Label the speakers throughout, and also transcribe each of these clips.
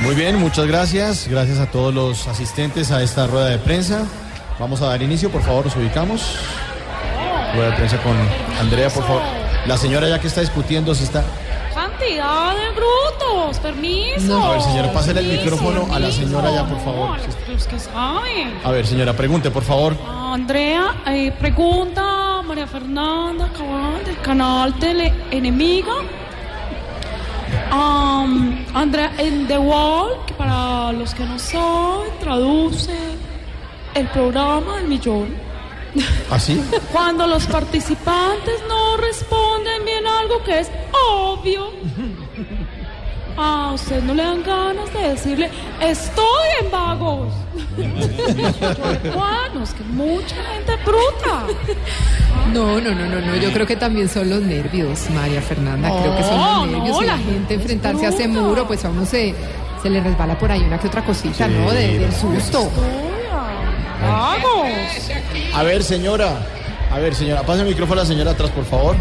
Speaker 1: Muy bien, muchas gracias. Gracias a todos los asistentes a esta rueda de prensa. Vamos a dar inicio, por favor, nos ubicamos. Rueda de prensa con Andrea, por favor. La señora ya que está discutiendo si está...
Speaker 2: Cantidad de brutos, permiso.
Speaker 1: A ver, señora, pásele el
Speaker 2: Permiso,
Speaker 1: micrófono a la
Speaker 2: permiso.
Speaker 1: señora ya, por favor.
Speaker 2: No, los que saben.
Speaker 1: A ver, señora, pregunte, por favor.
Speaker 2: Andrea, eh, pregunta a María Fernanda Cabal del canal Tele Enemiga. Am, Andrea, en The Wall, que para los que no saben, traduce el programa del millón.
Speaker 1: ¿Así?
Speaker 2: Cuando los participantes no responden bien algo que es obvio, a usted no le dan ganas de decirle, estoy en vagos. Bueno, es que mucha gente es bruta.
Speaker 3: No, no, no, no, no. Yo creo que también son los nervios, María Fernanda. creo que son
Speaker 2: No,
Speaker 3: los
Speaker 2: no,
Speaker 3: nervios. y
Speaker 2: la
Speaker 3: la
Speaker 2: gente
Speaker 3: gente
Speaker 2: es
Speaker 3: enfrentarse a ese
Speaker 2: bruta.
Speaker 3: muro, pues a uno se, se le resbala por ahí una que otra cosita,
Speaker 1: Sí,
Speaker 3: ¿no? De- del
Speaker 1: no.
Speaker 3: susto.
Speaker 2: Vagos.
Speaker 1: A ver, señora. A ver, señora, pase el micrófono a la señora atrás, por favor.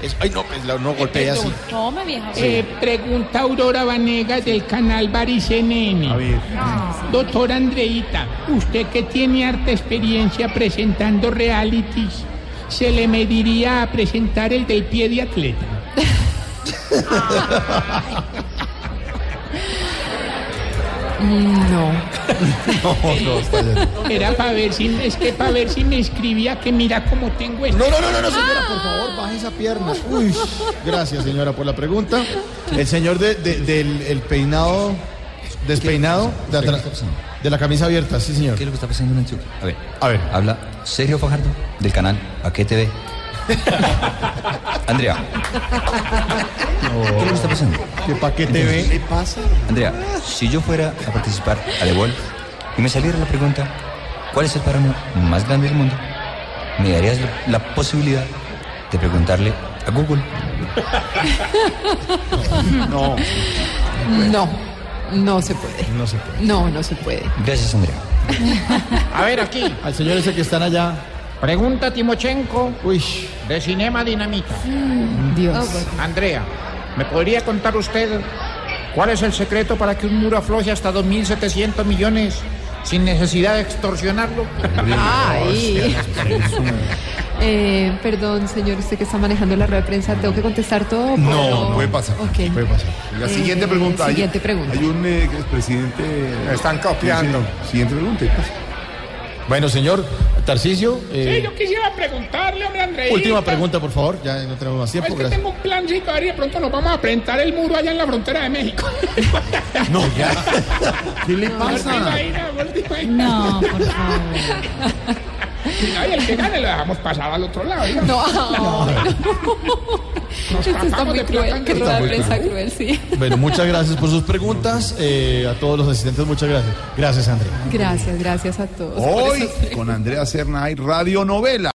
Speaker 1: Es- Ay, no, pues, la- no golpee así.
Speaker 2: No me vieja.
Speaker 4: Eh, pregunta Aurora Vanegas del canal Baris
Speaker 1: A
Speaker 4: NN.
Speaker 1: ver.
Speaker 4: Doctora Andreita, usted que tiene harta experiencia presentando realities, ¿se le mediría a presentar el del pie de atleta?
Speaker 3: No.
Speaker 1: No, no, está bien.
Speaker 4: Era para ver si es que para ver si me escribía que mira cómo tengo esto.
Speaker 1: No, no, no, no, no, señora,
Speaker 4: Ah.
Speaker 1: por favor, baje esa pierna. Uy, gracias, señora, por la pregunta. El señor de- de- del el peinado, despeinado, de, atrás, de la camisa abierta, sí, señor.
Speaker 5: ¿Qué es lo que está pasando en Antioquia? A ver,
Speaker 1: A ver.
Speaker 5: habla Sergio Fajardo del canal ¿A qué TV. Andrea. ¿Qué es lo que está pasando?
Speaker 1: ¿Qué paquete ve?
Speaker 5: Andrea, si yo fuera a participar a The Wall y me saliera la pregunta, ¿cuál es el páramo más grande del mundo? Me darías la- la posibilidad de preguntarle a Google.
Speaker 1: No,
Speaker 3: No. No se puede.
Speaker 1: no se puede.
Speaker 3: No, no se puede.
Speaker 5: Gracias, Andrea.
Speaker 4: A ver aquí.
Speaker 1: Al señor ese que están allá.
Speaker 4: Pregunta Timochenko
Speaker 1: Uy,
Speaker 4: de Cinema Dinamita.
Speaker 3: Dios.
Speaker 4: Andrea, ¿me podría contar usted cuál es el secreto para que un muro afloje hasta 2.700 millones sin necesidad de extorsionarlo?
Speaker 3: Ay. Eh, perdón, señor, usted que está manejando la rueda de prensa, ¿tengo que contestar todo?
Speaker 6: No, puede pasar,
Speaker 3: Ok.
Speaker 1: puede pasar.
Speaker 6: La siguiente
Speaker 3: Eh,
Speaker 6: pregunta. hay-
Speaker 3: siguiente pregunta.
Speaker 6: Hay un eh, expresidente. eh,
Speaker 4: Me están copiando.
Speaker 6: Sí, Siguiente pregunta. pues. y pasa.
Speaker 1: Bueno, señor, Tarcisio, eh,
Speaker 4: Sí, yo quisiera preguntarle, hombre, Andrea.
Speaker 1: última pregunta, por favor. Ya no tenemos más
Speaker 4: Es
Speaker 1: tiempo,
Speaker 4: que
Speaker 1: gracias.
Speaker 4: tengo un plancito, a ver, y de pronto nos vamos a presentar el muro allá en la frontera de México.
Speaker 1: No, ya. ¿Qué le
Speaker 4: Imagina, imagina.
Speaker 2: No, por favor.
Speaker 4: Ay, el que gane lo dejamos pasar al otro lado. ¿no?
Speaker 3: No, ay,
Speaker 4: Nos
Speaker 3: esto está
Speaker 4: tapamos
Speaker 3: muy
Speaker 4: de plata
Speaker 3: cruel.
Speaker 4: en
Speaker 3: Qué rueda de
Speaker 6: muy
Speaker 3: prensa
Speaker 6: cruel.
Speaker 3: cruel, sí.
Speaker 1: Bueno, muchas gracias por sus preguntas. eh, a todos los asistentes, muchas gracias. Gracias, Andrea.
Speaker 3: Gracias, gracias a todos. por
Speaker 6: Hoy,
Speaker 3: esos-
Speaker 6: con Andrea Serna, hay radionovela.